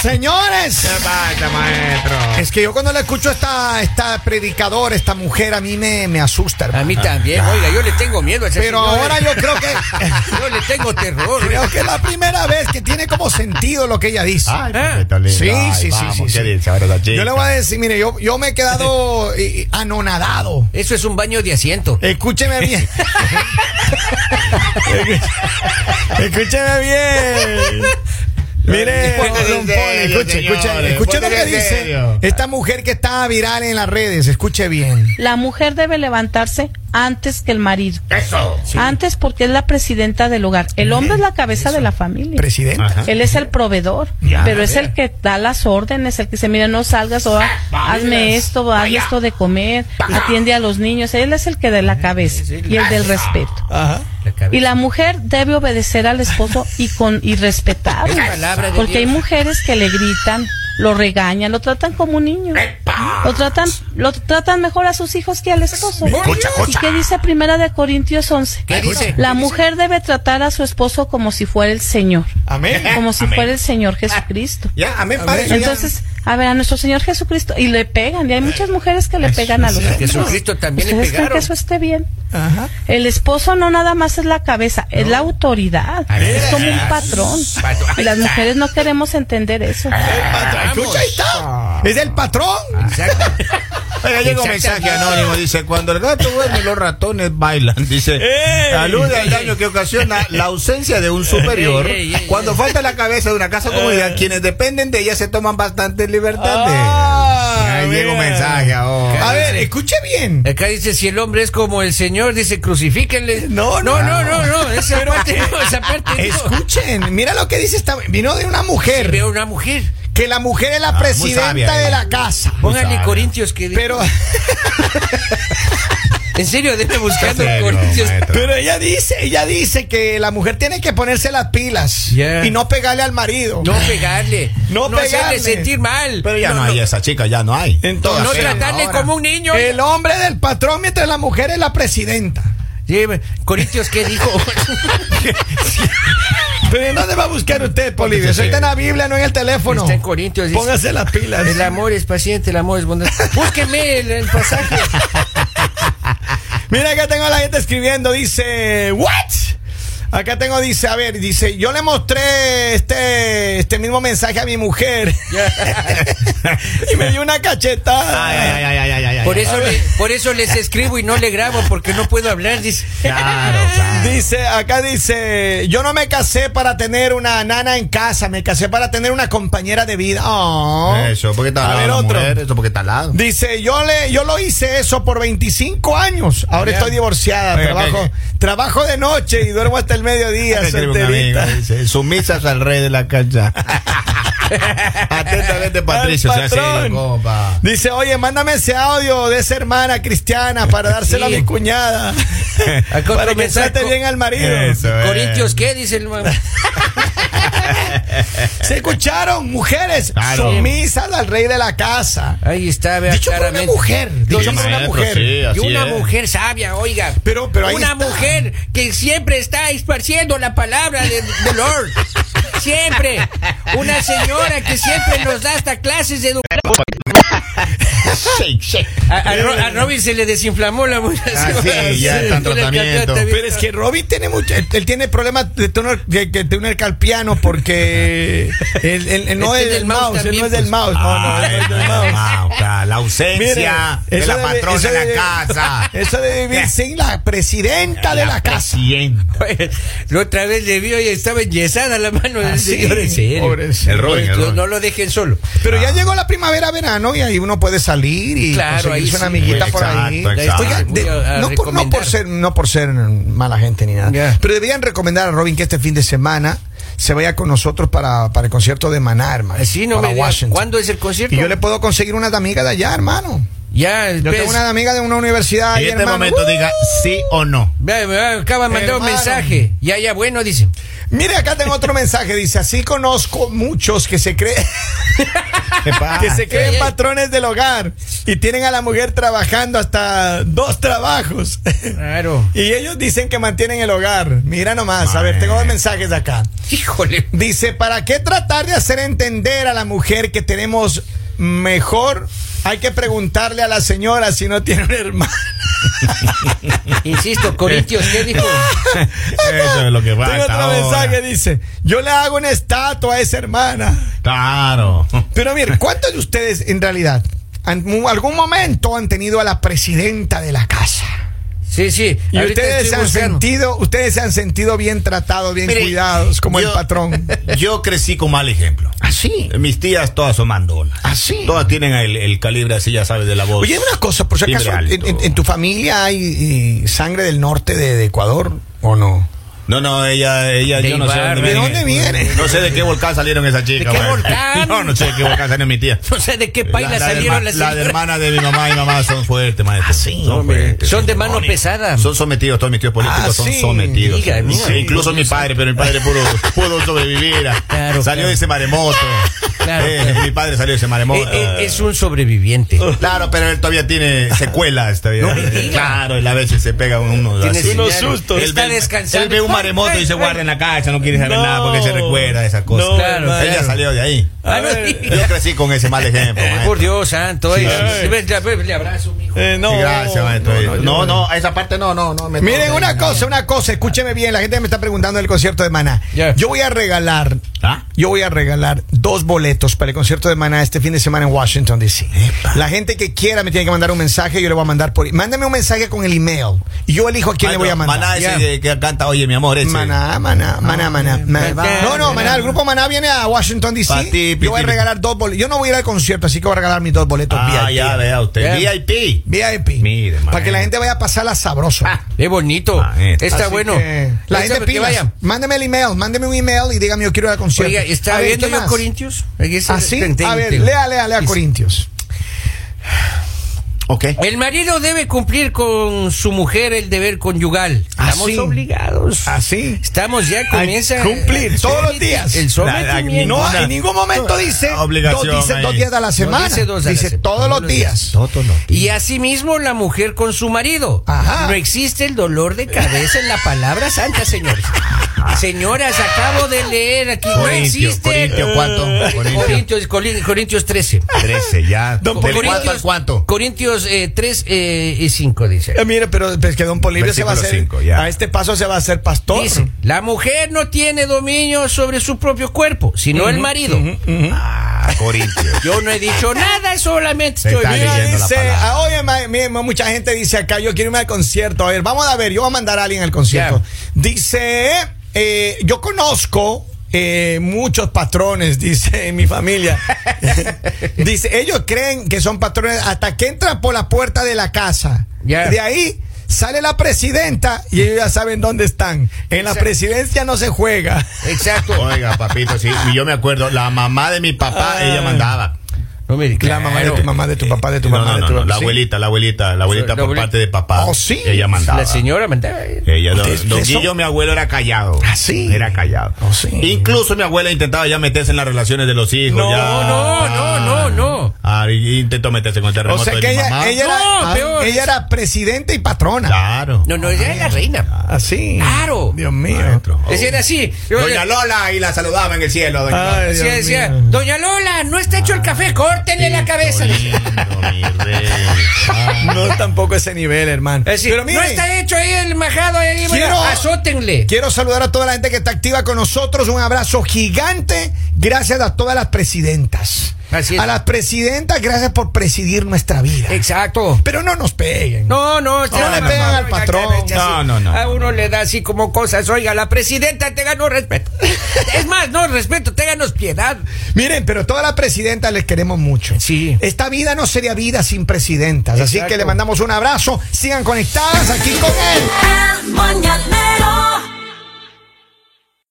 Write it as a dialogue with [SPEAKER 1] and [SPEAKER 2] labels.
[SPEAKER 1] Señores,
[SPEAKER 2] ¿Qué pasa, maestro?
[SPEAKER 1] es que yo cuando la escucho a esta, esta predicadora, esta mujer, a mí me, me asusta. hermano.
[SPEAKER 3] A mí también,
[SPEAKER 2] Ah.
[SPEAKER 3] oiga, yo le tengo miedo a ese
[SPEAKER 1] Pero
[SPEAKER 3] señor,
[SPEAKER 1] ahora
[SPEAKER 3] eh.
[SPEAKER 1] yo creo que
[SPEAKER 3] Yo le tengo terror.
[SPEAKER 1] creo que es la primera vez que tiene como sentido lo que ella dice.
[SPEAKER 2] Ay,
[SPEAKER 3] ¿Eh?
[SPEAKER 2] papito
[SPEAKER 1] ah.
[SPEAKER 2] lindo.
[SPEAKER 1] Sí,
[SPEAKER 2] Ay,
[SPEAKER 1] sí, sí,
[SPEAKER 2] vamos,
[SPEAKER 1] sí,
[SPEAKER 2] ¿Qué
[SPEAKER 1] sí.
[SPEAKER 2] dice ahora la chica?
[SPEAKER 1] Yo le voy a decir, mire, yo, yo me he quedado eh, anonadado.
[SPEAKER 3] Eso es un baño de asiento.
[SPEAKER 1] Escúcheme bien. Escúcheme bien. Mire,
[SPEAKER 2] Póngase en
[SPEAKER 1] don Poli,
[SPEAKER 2] serio,
[SPEAKER 1] escuche, escuche,
[SPEAKER 2] señores,
[SPEAKER 1] escuche lo
[SPEAKER 2] póngase
[SPEAKER 1] que
[SPEAKER 2] en
[SPEAKER 1] dice
[SPEAKER 2] serio.
[SPEAKER 1] esta mujer que está viral en las redes. Escuche bien.
[SPEAKER 4] La mujer debe levantarse antes que el marido.
[SPEAKER 3] Ah,
[SPEAKER 2] Eso.
[SPEAKER 4] Antes porque es la presidenta del hogar. El hombre es la cabeza de la familia.
[SPEAKER 1] Presidenta.
[SPEAKER 2] Ajá.
[SPEAKER 4] Él es el proveedor,
[SPEAKER 1] Ya,
[SPEAKER 4] pero es
[SPEAKER 3] mira.
[SPEAKER 4] el que da las órdenes, el que se mira, no salgas o
[SPEAKER 3] Ah,
[SPEAKER 4] ha- hazme esto, hazme esto de comer, atiende a los niños. Él es el que da la cabeza
[SPEAKER 3] sí, Ah,
[SPEAKER 4] y el del respeto.
[SPEAKER 3] La cabeza.
[SPEAKER 4] Y la mujer debe obedecer al esposo y con y respetar,
[SPEAKER 3] Es palabra de
[SPEAKER 4] porque hay
[SPEAKER 3] Dios.
[SPEAKER 4] mujeres que le gritan, lo regañan, lo tratan como un niño. Lo tratan lo tratan mejor a sus hijos que al esposo.
[SPEAKER 1] Escucha,
[SPEAKER 4] ¿Y
[SPEAKER 1] escucha.
[SPEAKER 4] qué dice Primera de Corintios 11?
[SPEAKER 3] ¿Qué dice?
[SPEAKER 4] La mujer debe tratar a su esposo como si fuera el Señor,
[SPEAKER 1] Amén.
[SPEAKER 4] como si fuera el Señor Jesucristo.
[SPEAKER 3] Ah,
[SPEAKER 1] Ya, amén,
[SPEAKER 3] Amén.
[SPEAKER 1] padre. eso ya.
[SPEAKER 4] Entonces, a ver, a nuestro Señor Jesucristo, y le pegan, y hay muchas mujeres que le pegan a los
[SPEAKER 3] A
[SPEAKER 4] hombres.
[SPEAKER 3] Jesucristo también le
[SPEAKER 4] ¿Ustedes creen que
[SPEAKER 3] pegaron.
[SPEAKER 4] eso esté bien?
[SPEAKER 1] Ajá.
[SPEAKER 4] El esposo no nada más es la cabeza, es la autoridad,
[SPEAKER 3] A ver.
[SPEAKER 4] es como un patrón.
[SPEAKER 3] Patrón.
[SPEAKER 4] Y las mujeres no queremos entender eso.
[SPEAKER 1] Patrón, Ah, Escucha, ahí está. Es del patrón.
[SPEAKER 3] Exacto.
[SPEAKER 2] Oiga, llega un mensaje anónimo, dice, cuando el gato duerme, los ratones bailan. Dice, alude al daño que ocasiona la ausencia de un superior.
[SPEAKER 3] Ey, ey, ey,
[SPEAKER 2] Cuando falta la cabeza de una casa o comunidad, quienes dependen de ella se toman bastantes libertades.
[SPEAKER 1] Ah,
[SPEAKER 2] Ahí llega un
[SPEAKER 1] mira.
[SPEAKER 2] mensaje ahora. Eh,
[SPEAKER 1] A ver, escuche bien.
[SPEAKER 3] Acá dice, si el hombre es como el Señor, dice, crucifíquenle.
[SPEAKER 1] No, no,
[SPEAKER 3] no, no, no, no, esa parte no, esa parte no.
[SPEAKER 1] Escuchen, mira lo que dice esta. Vino de una mujer.
[SPEAKER 3] Veo una mujer.
[SPEAKER 1] Que la mujer es la
[SPEAKER 2] muy
[SPEAKER 1] presidenta
[SPEAKER 2] sabia,
[SPEAKER 1] de
[SPEAKER 2] ella.
[SPEAKER 1] la casa.
[SPEAKER 3] Póngale
[SPEAKER 2] sabio.
[SPEAKER 3] Corintios que dice.
[SPEAKER 1] Pues, Pero.
[SPEAKER 3] En serio, déjame buscando
[SPEAKER 2] Sí, no,
[SPEAKER 3] Corintios.
[SPEAKER 2] maestro.
[SPEAKER 1] Pero ella dice, ella dice que la mujer tiene que ponerse las pilas
[SPEAKER 3] Yeah.
[SPEAKER 1] y no pegarle al marido.
[SPEAKER 3] No pegarle.
[SPEAKER 1] No pegarle.
[SPEAKER 3] hacerle sentir mal.
[SPEAKER 2] Pero ya no, hay esa chica, ya no hay.
[SPEAKER 1] En
[SPEAKER 3] No,
[SPEAKER 1] todas
[SPEAKER 3] no
[SPEAKER 1] ellas.
[SPEAKER 3] tratarle
[SPEAKER 1] Ahora,
[SPEAKER 3] como un niño.
[SPEAKER 1] El hombre del patrón mientras la mujer es la presidenta.
[SPEAKER 3] Sí, Corintios, ¿qué dijo?
[SPEAKER 1] Pero ¿en dónde va a buscar usted, Polivio? Eso
[SPEAKER 2] Póngase
[SPEAKER 1] está en
[SPEAKER 2] serio.
[SPEAKER 1] la Biblia, no en el teléfono.
[SPEAKER 3] Está en Corintios, dice.
[SPEAKER 1] Póngase las pilas.
[SPEAKER 3] El amor es paciente, el amor es bondad. Búsqueme el, el pasaje.
[SPEAKER 1] Mira, acá tengo a la gente escribiendo, dice, ¿what? Acá tengo, dice, a ver, dice, yo le mostré este, este mismo mensaje a mi mujer. y me dio una cachetada.
[SPEAKER 2] Ay, ay, ay, ay, ay, ay, ay.
[SPEAKER 3] Por eso, le- por eso les escribo y no le grabo porque no puedo hablar. Dice,
[SPEAKER 2] Claro, claro.
[SPEAKER 1] Dice, acá dice, yo no me casé para tener una nana en casa, me casé para tener una compañera de vida. Oh.
[SPEAKER 2] Eso, porque está
[SPEAKER 1] A
[SPEAKER 2] al
[SPEAKER 1] ver,
[SPEAKER 2] lado de la
[SPEAKER 1] otro.
[SPEAKER 2] mujer, eso porque está al lado.
[SPEAKER 1] Dice, yo le, yo lo hice eso por 25 años. Ahora
[SPEAKER 3] Bien.
[SPEAKER 1] estoy divorciada,
[SPEAKER 2] Oiga,
[SPEAKER 1] trabajo,
[SPEAKER 2] oiga.
[SPEAKER 1] trabajo de noche y duermo hasta el mediodía.
[SPEAKER 2] Me escribe un
[SPEAKER 1] solterita.
[SPEAKER 2] amigo, dice, Sumisas al rey de la cancha. Atentamente, Patricio.
[SPEAKER 1] Al
[SPEAKER 2] Sea serio,
[SPEAKER 1] patrón.
[SPEAKER 2] compa.
[SPEAKER 1] Dice, oye, mándame ese audio de esa hermana cristiana para dárselo
[SPEAKER 3] Sí.
[SPEAKER 1] a mi cuñada.
[SPEAKER 3] Acá otro
[SPEAKER 1] para que
[SPEAKER 3] mensaje.
[SPEAKER 1] trate bien al marido.
[SPEAKER 2] Eso es.
[SPEAKER 3] Corintios, ¿qué? Dice el ma-
[SPEAKER 1] ¿Se escucharon? Mujeres
[SPEAKER 2] Claro.
[SPEAKER 1] sumisas al rey de la casa.
[SPEAKER 3] Ahí está, vea
[SPEAKER 1] Dicho por una
[SPEAKER 3] claramente.
[SPEAKER 1] mujer. Dicho
[SPEAKER 2] Sí,
[SPEAKER 1] por una
[SPEAKER 2] maestro,
[SPEAKER 1] mujer.
[SPEAKER 2] sí,
[SPEAKER 3] y
[SPEAKER 2] así
[SPEAKER 3] una
[SPEAKER 2] es.
[SPEAKER 3] mujer sabia, oiga.
[SPEAKER 1] Pero- pero ahí
[SPEAKER 3] Una
[SPEAKER 1] está.
[SPEAKER 3] mujer que siempre está esparciendo la palabra de, de Lord. Siempre. Una señora que siempre nos da hasta clases de educación.
[SPEAKER 2] Shake, shake.
[SPEAKER 3] A, a Ro- a Robin se le desinflamó la mujer.
[SPEAKER 2] Ah, sí, ya está en tratamiento.
[SPEAKER 1] Pero es que Robin tiene mucho, él, él tiene problemas de tener que, que tener calpiano porque él, él- él no
[SPEAKER 3] Este
[SPEAKER 1] es del mouse, él
[SPEAKER 3] también,
[SPEAKER 1] no es del
[SPEAKER 3] pues.
[SPEAKER 1] mouse. No, Oh, no, él no es del mouse.
[SPEAKER 2] Ah, claro,
[SPEAKER 1] Mire,
[SPEAKER 2] la ausencia de
[SPEAKER 1] eso
[SPEAKER 2] la
[SPEAKER 1] de-
[SPEAKER 2] patrona
[SPEAKER 1] eso
[SPEAKER 2] de la
[SPEAKER 1] de-
[SPEAKER 2] casa.
[SPEAKER 1] Eso de vivir sin la presidenta de la casa.
[SPEAKER 2] Presidenta.
[SPEAKER 3] Pues, La otra vez le vio y estaba enyesada la mano del
[SPEAKER 1] Ah, sí,
[SPEAKER 3] señor. en serio. Pues,
[SPEAKER 1] pobrecito.
[SPEAKER 2] El Robin, el
[SPEAKER 3] No-
[SPEAKER 2] Robin.
[SPEAKER 3] No lo dejen solo.
[SPEAKER 1] Pero ya llegó la primavera, verano y ahí uno puede salir y
[SPEAKER 3] Claro,
[SPEAKER 1] conseguirse
[SPEAKER 3] ahí
[SPEAKER 1] una
[SPEAKER 3] sí.
[SPEAKER 1] amiguita
[SPEAKER 2] Exacto,
[SPEAKER 1] por ahí.
[SPEAKER 2] exacto.
[SPEAKER 1] Oiga,
[SPEAKER 3] Voy
[SPEAKER 1] de-
[SPEAKER 3] a- a
[SPEAKER 1] no, por, no por
[SPEAKER 3] recomendar.
[SPEAKER 1] ser no por ser mala gente ni nada,
[SPEAKER 3] Ya.
[SPEAKER 1] pero deberían recomendar a Robin que este fin de semana se vaya con nosotros para, para el concierto de Maná, hermano.
[SPEAKER 3] Así no
[SPEAKER 1] para
[SPEAKER 3] me diga,
[SPEAKER 1] Washington.
[SPEAKER 3] ¿Cuándo es el concierto?
[SPEAKER 1] Y yo le puedo conseguir unas amigas de allá, hermano.
[SPEAKER 3] Ya,
[SPEAKER 1] Yo
[SPEAKER 3] pues,
[SPEAKER 1] tengo una amiga de una universidad
[SPEAKER 2] En
[SPEAKER 1] ahí,
[SPEAKER 2] este
[SPEAKER 1] hermano.
[SPEAKER 2] momento
[SPEAKER 1] Uh,
[SPEAKER 2] diga sí o no.
[SPEAKER 3] ve, me acaba de mandar un
[SPEAKER 1] Hermano.
[SPEAKER 3] mensaje. Ya, ya, bueno, dice.
[SPEAKER 1] Mire, acá tengo otro mensaje. Dice, así conozco muchos que se creen que se creen
[SPEAKER 3] Oye.
[SPEAKER 1] patrones del hogar y tienen a la mujer trabajando hasta dos trabajos.
[SPEAKER 3] Claro.
[SPEAKER 1] Y ellos dicen que mantienen el hogar. Mira nomás, a ver, tengo dos mensajes acá.
[SPEAKER 3] Híjole.
[SPEAKER 1] Dice, ¿para qué tratar de hacer entender a la mujer que tenemos mejor? Hay que preguntarle a la señora si no tiene un hermano.
[SPEAKER 3] Insisto, Corintios, ¿qué dijo?
[SPEAKER 2] Eso es lo que
[SPEAKER 1] Tengo
[SPEAKER 2] falta.
[SPEAKER 1] otro
[SPEAKER 2] ahora.
[SPEAKER 1] mensaje, dice, yo le hago una estatua a esa hermana.
[SPEAKER 2] Claro.
[SPEAKER 1] Pero mire, ¿cuántos de ustedes en realidad en mu- algún momento han tenido a la presidenta de la casa?
[SPEAKER 3] Sí, sí.
[SPEAKER 1] Y
[SPEAKER 3] ahorita
[SPEAKER 1] ustedes
[SPEAKER 3] estoy
[SPEAKER 1] se han
[SPEAKER 3] buscando.
[SPEAKER 1] sentido, ustedes se han sentido bien tratados, bien
[SPEAKER 2] Mire,
[SPEAKER 1] cuidados, como
[SPEAKER 2] yo-
[SPEAKER 1] el patrón.
[SPEAKER 2] Yo crecí con mal ejemplo.
[SPEAKER 1] Así,
[SPEAKER 2] Mis tías todas son mandonas.
[SPEAKER 1] así.
[SPEAKER 2] Todas tienen el, el calibre así, ya sabes, de la voz.
[SPEAKER 1] Ah, Oye, una cosa, por si
[SPEAKER 2] Timbre
[SPEAKER 1] acaso, en,
[SPEAKER 2] alto.
[SPEAKER 1] en- en tu familia hay eh, sangre del norte de, de Ecuador o no?
[SPEAKER 2] No, no, ella, ella,
[SPEAKER 3] De
[SPEAKER 2] yo no sé
[SPEAKER 3] Ibarra.
[SPEAKER 2] dónde
[SPEAKER 1] ¿De dónde viene?
[SPEAKER 2] No sé de qué volcán salieron esas chicas.
[SPEAKER 3] ¿De qué
[SPEAKER 2] güey.
[SPEAKER 3] volcán?
[SPEAKER 2] No, no sé de qué volcán salieron mi tía.
[SPEAKER 3] No sé de qué paila
[SPEAKER 2] de herma-
[SPEAKER 3] salieron las
[SPEAKER 2] la de
[SPEAKER 3] señoras. Ah,
[SPEAKER 2] hermana de mi mamá y mamá son fuertes, maestro. son,
[SPEAKER 3] hombre.
[SPEAKER 2] fuertes,
[SPEAKER 3] Son de mano
[SPEAKER 2] demonios.
[SPEAKER 3] pesada.
[SPEAKER 2] Son sometidos, todos mis tíos políticos
[SPEAKER 1] Ah,
[SPEAKER 2] son
[SPEAKER 1] sí.
[SPEAKER 2] sometidos.
[SPEAKER 3] Diga, mira,
[SPEAKER 2] Sí, incluso mi padre, pero mi padre pudo, pudo sobrevivir. a-
[SPEAKER 3] Claro,
[SPEAKER 2] salió
[SPEAKER 3] claro.
[SPEAKER 2] de ese maremoto.
[SPEAKER 3] Claro,
[SPEAKER 2] Eh,
[SPEAKER 3] claro.
[SPEAKER 2] Mi padre salió de ese
[SPEAKER 3] Eh,
[SPEAKER 2] maremoto.
[SPEAKER 3] eh, es un sobreviviente.
[SPEAKER 2] Claro, pero él todavía tiene secuelas. Todavía.
[SPEAKER 3] No me diga.
[SPEAKER 2] claro, él a veces se pega uno.
[SPEAKER 3] Tiene
[SPEAKER 2] así.
[SPEAKER 3] unos
[SPEAKER 2] Él
[SPEAKER 3] sustos.
[SPEAKER 2] ve-
[SPEAKER 3] Está descansando.
[SPEAKER 2] Él ve un maremoto y se guarda en la casa, no quiere saber
[SPEAKER 1] No.
[SPEAKER 2] nada porque se recuerda de esas cosas.
[SPEAKER 1] No,
[SPEAKER 3] Claro,
[SPEAKER 2] Él ya
[SPEAKER 3] claro.
[SPEAKER 2] salió de ahí.
[SPEAKER 3] Ah, no
[SPEAKER 1] ver,
[SPEAKER 3] diga.
[SPEAKER 2] Yo crecí con ese mal ejemplo. maestro.
[SPEAKER 3] Eh, Por Dios santo.
[SPEAKER 2] Sí,
[SPEAKER 3] ay,
[SPEAKER 2] sí,
[SPEAKER 1] sí.
[SPEAKER 3] ve, ya, ve, le abrazo, mijo.
[SPEAKER 1] Eh, no.
[SPEAKER 2] Sí, gracias, maestro. No, no,
[SPEAKER 1] yo-
[SPEAKER 2] a esa parte no, no, Este no. me
[SPEAKER 1] Miren,
[SPEAKER 2] toca.
[SPEAKER 1] una cosa, una cosa, escúcheme bien, la gente me está preguntando del concierto de Maná.
[SPEAKER 3] Ya.
[SPEAKER 1] Yo voy a regalar,
[SPEAKER 2] ¿Ah?
[SPEAKER 1] yo voy a regalar dos boletos para el concierto de Maná este fin de semana en Washington, D.C. La gente que quiera me tiene que mandar un mensaje, yo le voy a mandar por... Mándame un mensaje con el email y yo elijo a quién le voy a mandar.
[SPEAKER 2] Maná ese
[SPEAKER 3] Ya.
[SPEAKER 2] que, que canta, oye, mi amor, ese.
[SPEAKER 1] Maná,
[SPEAKER 2] Ah,
[SPEAKER 1] maná, maná, maná, maná.
[SPEAKER 3] maná.
[SPEAKER 1] No, no, maná, el grupo Maná viene a Washington
[SPEAKER 2] Pa'
[SPEAKER 1] DC.
[SPEAKER 2] ti,
[SPEAKER 1] Yo voy a
[SPEAKER 2] pi, pi,
[SPEAKER 1] regalar dos boletos. Yo no voy a ir al concierto, así que voy a regalar mis dos boletos
[SPEAKER 2] Ah,
[SPEAKER 1] VIP.
[SPEAKER 2] ya vea usted.
[SPEAKER 3] Ya.
[SPEAKER 2] VIP.
[SPEAKER 1] VIP.
[SPEAKER 2] Mire,
[SPEAKER 1] para
[SPEAKER 2] maná.
[SPEAKER 1] que la gente vaya a pasarla sabroso.
[SPEAKER 3] Qué bonito.
[SPEAKER 2] Ah, eh.
[SPEAKER 3] Está
[SPEAKER 1] Así
[SPEAKER 3] bueno.
[SPEAKER 1] que La
[SPEAKER 3] Ahí
[SPEAKER 1] gente
[SPEAKER 3] sabe que
[SPEAKER 1] pilas.
[SPEAKER 3] vaya.
[SPEAKER 1] Mándeme el email, mándeme un email y dígame yo quiero ir al concierto.
[SPEAKER 3] Oiga, ¿está
[SPEAKER 1] A ver,
[SPEAKER 3] viendo
[SPEAKER 1] ¿qué
[SPEAKER 3] yo
[SPEAKER 1] más?
[SPEAKER 3] Corintios? Ahí está,
[SPEAKER 1] Así.
[SPEAKER 3] ten, ten,
[SPEAKER 1] Ah, A ver,
[SPEAKER 3] ten.
[SPEAKER 1] lea, lea, lea
[SPEAKER 3] Dice,
[SPEAKER 1] Corintios.
[SPEAKER 2] Ok.
[SPEAKER 3] El marido debe cumplir con su mujer el deber conyugal. Estamos
[SPEAKER 1] Así.
[SPEAKER 3] obligados.
[SPEAKER 1] Así.
[SPEAKER 3] Estamos ya comienza
[SPEAKER 1] ¿Ah, cumplir
[SPEAKER 3] el
[SPEAKER 1] todos los
[SPEAKER 3] someti-
[SPEAKER 1] días.
[SPEAKER 3] El
[SPEAKER 2] La- la-
[SPEAKER 3] sometimiento.
[SPEAKER 1] No,
[SPEAKER 2] Ninguna-
[SPEAKER 1] en ningún momento dice
[SPEAKER 2] Obligación
[SPEAKER 1] dos, dice
[SPEAKER 2] ahí.
[SPEAKER 1] dos días a la semana.
[SPEAKER 3] dice dos a la
[SPEAKER 1] Dice
[SPEAKER 3] semana.
[SPEAKER 1] todos los días.
[SPEAKER 3] Y asimismo la mujer con su marido.
[SPEAKER 1] Ajá.
[SPEAKER 3] No existe el dolor de cabeza en la palabra santa, señores. Señoras, acabo de leer aquí. No
[SPEAKER 2] Corintio,
[SPEAKER 3] existe.
[SPEAKER 2] Corintio, ¿cuánto? Corintio.
[SPEAKER 3] Corintios, Coli- Corintios 13.
[SPEAKER 2] 13, ya.
[SPEAKER 1] Don
[SPEAKER 2] ¿Del
[SPEAKER 1] Polibio.
[SPEAKER 2] cuánto al cuánto?
[SPEAKER 3] Corintios eh, 3 eh, y 5 dice.
[SPEAKER 1] Eh, mire, pero es que Don Polibio se va a
[SPEAKER 2] Versículo
[SPEAKER 1] hacer.
[SPEAKER 2] cinco, ya.
[SPEAKER 1] a este paso se va a hacer pastor.
[SPEAKER 3] Dice, la mujer no tiene dominio sobre su propio cuerpo, sino el marido.
[SPEAKER 2] Ah, Corintios.
[SPEAKER 3] Yo no he dicho nada, solamente
[SPEAKER 2] Se
[SPEAKER 3] estoy
[SPEAKER 2] está
[SPEAKER 3] viendo.
[SPEAKER 1] Mira,
[SPEAKER 2] leyendo la
[SPEAKER 1] dice,
[SPEAKER 2] palabra.
[SPEAKER 1] ah, oye, ma- mire, ma- mucha gente dice acá, yo quiero irme al concierto. A ver, vamos a ver, yo voy a mandar a alguien al concierto. Dice, eh, yo conozco eh, muchos patrones, dice en mi familia. dice, ellos creen que son patrones hasta que entran por la puerta de la casa.
[SPEAKER 3] Ya.
[SPEAKER 1] De ahí sale la presidenta y ellos ya saben dónde están. En la
[SPEAKER 3] Exacto.
[SPEAKER 1] presidencia no se juega.
[SPEAKER 3] Exacto.
[SPEAKER 2] Oiga, papito, sí. Y yo me acuerdo, la mamá de mi
[SPEAKER 1] Ah.
[SPEAKER 2] papá, ella mandaba.
[SPEAKER 3] No, mire,
[SPEAKER 1] La mamá de
[SPEAKER 3] claro.
[SPEAKER 1] tu mamá, de tu papá, de tu
[SPEAKER 2] No,
[SPEAKER 1] mamá,
[SPEAKER 2] no,
[SPEAKER 1] de
[SPEAKER 2] no,
[SPEAKER 1] tu
[SPEAKER 2] no,
[SPEAKER 1] papá.
[SPEAKER 2] la
[SPEAKER 1] Sí.
[SPEAKER 2] abuelita, la abuelita, la abuelita
[SPEAKER 3] La
[SPEAKER 2] por
[SPEAKER 3] abuelita.
[SPEAKER 2] parte de papá.
[SPEAKER 1] Oh, sí.
[SPEAKER 2] Ella mandaba.
[SPEAKER 3] La señora mandaba.
[SPEAKER 2] Ella, don,
[SPEAKER 1] Des-
[SPEAKER 2] Eh, don
[SPEAKER 1] des-
[SPEAKER 2] Guillo, mi abuelo era callado.
[SPEAKER 1] Ah, sí.
[SPEAKER 2] Era callado.
[SPEAKER 1] Oh, sí.
[SPEAKER 2] Incluso mi abuela intentaba ya meterse en las relaciones de los hijos.
[SPEAKER 1] No,
[SPEAKER 2] ya.
[SPEAKER 3] no, no, no, no.
[SPEAKER 2] Ah, y intentó meterse con el terremoto
[SPEAKER 1] O sea
[SPEAKER 2] de
[SPEAKER 1] que
[SPEAKER 2] mi
[SPEAKER 1] ella,
[SPEAKER 2] mamá.
[SPEAKER 1] ella
[SPEAKER 3] No,
[SPEAKER 1] era,
[SPEAKER 3] peor.
[SPEAKER 1] ella era presidenta y patrona.
[SPEAKER 2] Claro.
[SPEAKER 3] No, no, ella es la
[SPEAKER 2] Ah,
[SPEAKER 3] reina.
[SPEAKER 1] Así.
[SPEAKER 3] Claro.
[SPEAKER 1] Dios mío.
[SPEAKER 2] Maestro. Oh.
[SPEAKER 3] Decían así.
[SPEAKER 2] Doña Lola y la saludaba en el cielo, doña Lola.
[SPEAKER 1] Ay,
[SPEAKER 3] Decía,
[SPEAKER 1] Dios
[SPEAKER 3] decía,
[SPEAKER 1] mío.
[SPEAKER 3] Doña Lola, no está
[SPEAKER 2] Ah,
[SPEAKER 3] hecho el café, córtenle la cabeza.
[SPEAKER 2] Lindo, mi rey. Ah,
[SPEAKER 1] No tampoco ese nivel, hermano.
[SPEAKER 3] Oh. Es decir,
[SPEAKER 1] Pero
[SPEAKER 3] no
[SPEAKER 1] mire,
[SPEAKER 3] está hecho ahí el majado, ahí,
[SPEAKER 1] Quiero-
[SPEAKER 3] bueno, azótenle.
[SPEAKER 1] quiero saludar a toda la gente que está activa con nosotros. Un abrazo gigante. Gracias a todas las presidentas.
[SPEAKER 3] Así es.
[SPEAKER 1] A las presidentas, gracias por presidir nuestra vida.
[SPEAKER 3] Exacto.
[SPEAKER 1] Pero no nos peguen.
[SPEAKER 3] No, no, usted
[SPEAKER 1] No le
[SPEAKER 3] no,
[SPEAKER 1] pegan
[SPEAKER 3] no,
[SPEAKER 1] al
[SPEAKER 3] no,
[SPEAKER 1] patrón.
[SPEAKER 3] ya, ya,
[SPEAKER 2] No,
[SPEAKER 3] ya, sí.
[SPEAKER 2] no, no,
[SPEAKER 3] A
[SPEAKER 2] no,
[SPEAKER 3] uno le da así como cosas. Oiga, la presidenta te ganó respeto. es más, no respeto, te ganas piedad.
[SPEAKER 1] Miren, pero todas las presidentas les queremos mucho.
[SPEAKER 3] Sí.
[SPEAKER 1] Esta vida no sería vida sin presidentas. Así
[SPEAKER 3] Exacto.
[SPEAKER 1] que le mandamos un abrazo. Sigan conectadas aquí con él.
[SPEAKER 5] El mañanero